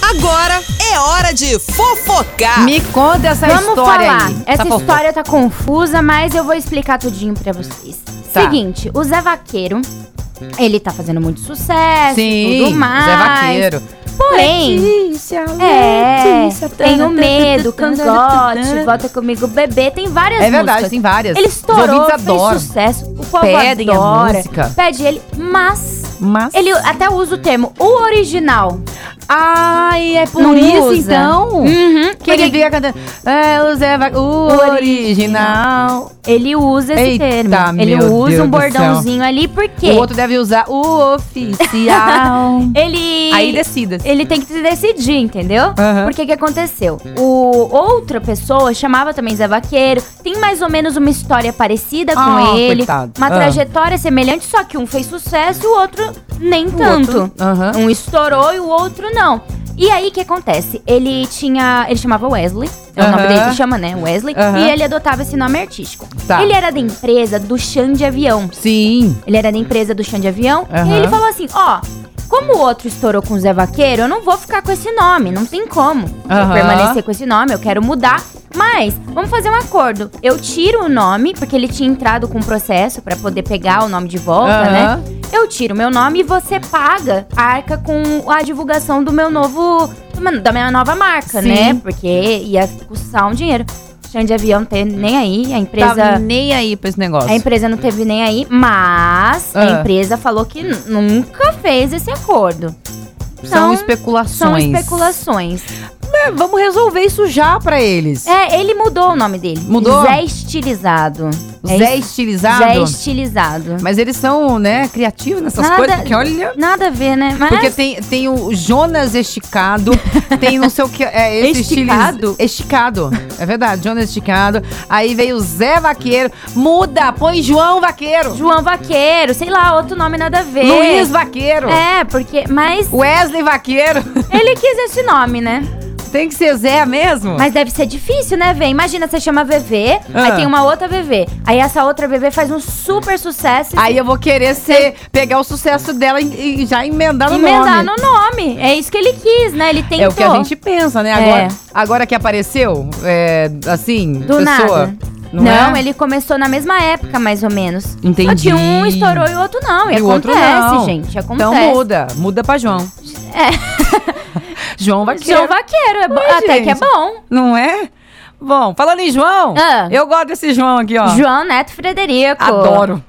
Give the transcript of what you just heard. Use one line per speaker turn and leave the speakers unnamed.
Agora é hora de fofocar.
Me conta essa
Vamos
história
falar.
aí.
Essa
fofoca.
história tá confusa, mas eu vou explicar tudinho pra vocês.
Tá.
Seguinte, o Zé Vaqueiro, ele tá fazendo muito
é
sucesso,
Sim,
tudo mais.
Zé Vaqueiro.
Porém,
Letícia,
é,
Letícia,
tenho
tanana,
medo,
tanana,
cangote,
tanana.
volta comigo, bebê, tem várias
É verdade,
músicas.
tem várias.
Ele
Os
estourou,
ouvintes
fez
adoram.
sucesso, o povo
Pedem a
adora,
música.
pede ele, mas
Mas...
ele até usa o termo, o original.
Ai, é por
Não
isso
usa.
então?
Uhum,
Que ele fica cantando. É, o Zé Vaqueiro. O original.
Ele usa esse
Eita,
termo. Ele
meu
usa
Deus
um
do céu.
bordãozinho ali, porque
O outro deve usar o oficial.
ele.
Aí decida.
ele tem que se decidir, entendeu?
Aham.
Porque que aconteceu? O outra pessoa chamava também Zé Vaqueiro, tem mais ou menos uma história parecida com
Ah,
ele,
coitado.
uma
Ah.
trajetória semelhante, só que um fez sucesso e o outro nem tanto.
Aham.
Um estourou e o outro não. E aí, o que acontece? Ele tinha. Ele chamava Wesley. É o nome
Aham.
dele que chama, né? Wesley.
Aham.
E ele adotava esse nome artístico.
Tá.
Ele era da empresa do chão de avião.
Sim.
Ele era da empresa do chão de avião. E
Aham.
ele falou assim: ó. Como o outro estourou com o Zé Vaqueiro, eu não vou ficar com esse nome, não tem como eu
Aham.
permanecer com esse nome, eu quero mudar. Mas, vamos fazer um acordo. Eu tiro o nome, porque ele tinha entrado com um processo pra poder pegar o nome de volta,
Aham.
né? Eu tiro meu nome e você paga a arca com a divulgação do meu novo. da minha nova marca,
Sim.
né? Porque ia custar um dinheiro. Chão de avião não tem nem aí, a empresa.
Tava Tá nem aí pra esse negócio.
A empresa não teve nem aí, mas a
Ah.
empresa falou que nu- nunca fez esse acordo.
São
São-
especulações.
São especulações.
É, vamos resolver isso já pra eles.
É, ele mudou o nome dele.
Mudou?
Zé Estilizado. É
Zé
isso?
estilizado.
Zé Estilizado.
Mas eles são, né, criativos nessas
Nada-
coisas, porque olha.
Nada a ver, né? Mas
Porque tem, tem o Jonas esticado, tem não sei o que. É, esse
Esticado?
estiliz- Esticado. É verdade, Jonas esticado. Aí veio o Zé Vaqueiro. Muda, põe João Vaqueiro.
João Vaqueiro, sei lá, outro nome nada a ver.
Luiz Vaqueiro.
É, porque. Mas
Wesley Vaqueiro.
ele quis esse nome, né?
Tem que ser Zé mesmo?
Mas deve ser difícil, né, Vê? Imagina, você chama VV, aí
Ah.
tem uma outra VV. Aí essa outra VV faz um super sucesso e
Aí eu vou querer ser, pegar o sucesso dela e, e já emendar no
emendar
nome.
no nome. É isso que ele quis, né? Ele tentou.
É o que a gente pensa, né?
É.
Agora, agora que apareceu, é, assim,
Do
pessoa.
nada.
Não,
Não,
é?
ele começou na mesma época, mais ou menos. Só
Entendi.
que um estourou e o outro não. E,
E o
acontece,
outro não.
gente. Acontece.
Então muda, muda pra João. É. João Vaqueiro.
João Vaqueiro, é bo-
Ai,
até
gente.
que é bom.
Não é? Bom, falando em João,
Ah.
eu gosto desse João aqui, ó.
João Neto Frederico.
Ah. Adoro.